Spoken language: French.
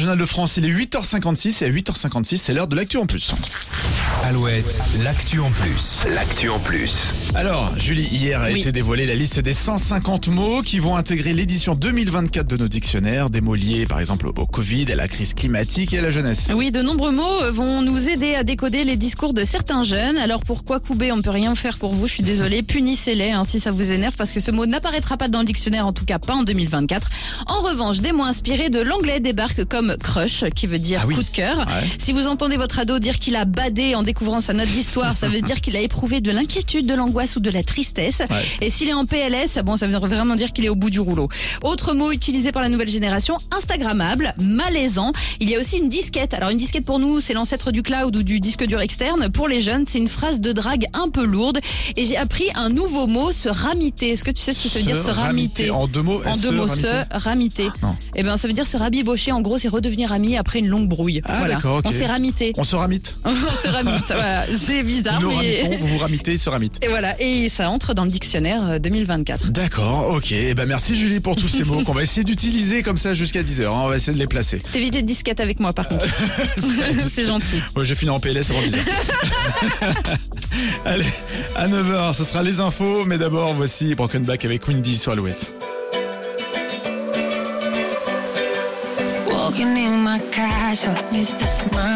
Régional de France, il est 8h56 et à 8h56, c'est l'heure de l'actu en plus. Alouette, l'actu en plus. L'actu en plus. Alors, Julie, hier a Oui. été dévoilée la liste des 150 mots qui vont intégrer l'édition 2024 de nos dictionnaires, des mots liés par exemple au Covid, à la crise climatique et à la jeunesse. Oui, de nombreux mots vont nous aider à décoder les discours de certains jeunes. Alors pourquoi couper On ne peut rien faire pour vous, je suis désolée. Punissez-les hein, si ça vous énerve parce que ce mot n'apparaîtra pas dans le dictionnaire, en tout cas pas en 2024. En revanche, des mots inspirés de l'anglais débarquent comme crush, qui veut dire Ah oui. coup de cœur. Ouais. Si vous entendez votre ado dire qu'il a badé en découvrant sa note d'histoire, ça veut dire qu'il a éprouvé de l'inquiétude, de l'angoisse ou de la tristesse. Et s'il est en PLS, bon, ça veut vraiment dire qu'il est au bout du rouleau. Autre mot utilisé par la nouvelle génération, Instagrammable, malaisant. Il y a aussi une disquette. Alors une disquette pour nous, c'est l'ancêtre du cloud ou du disque dur externe. Pour les jeunes, c'est une phrase de drague un peu lourde. Et j'ai appris un nouveau mot, se ramiter. Est-ce que tu sais ce que ça veut dire se ramiter En deux mots, en se deux mots, ramiter. se ramiter. Ah, Non. Eh ben, ça veut dire se rabibocher. En gros, c'est redevenir ami après une longue brouille. Ah, Voilà. d'accord, ok. On s'est ramité. On se ramite. On se ramite. voilà. C'est bizarre, Nous mais- ramitons, vous vous ramitez, se ramite. Et voilà. Et ça entre dans le dictionnaire euh, 2024. D'accord, ok. Eh ben merci Julie pour tous ces mots qu'on va essayer d'utiliser comme ça jusqu'à 10h. On va essayer de les placer. T'évites les disquettes avec moi, par contre. C'est gentil. Moi, j'ai fini en PLS avant 10h. Allez, à 9h, ce sera les infos. Mais d'abord, voici Broken Back avec Windy sur Alouette. Walking in my castle, Mr. Smile.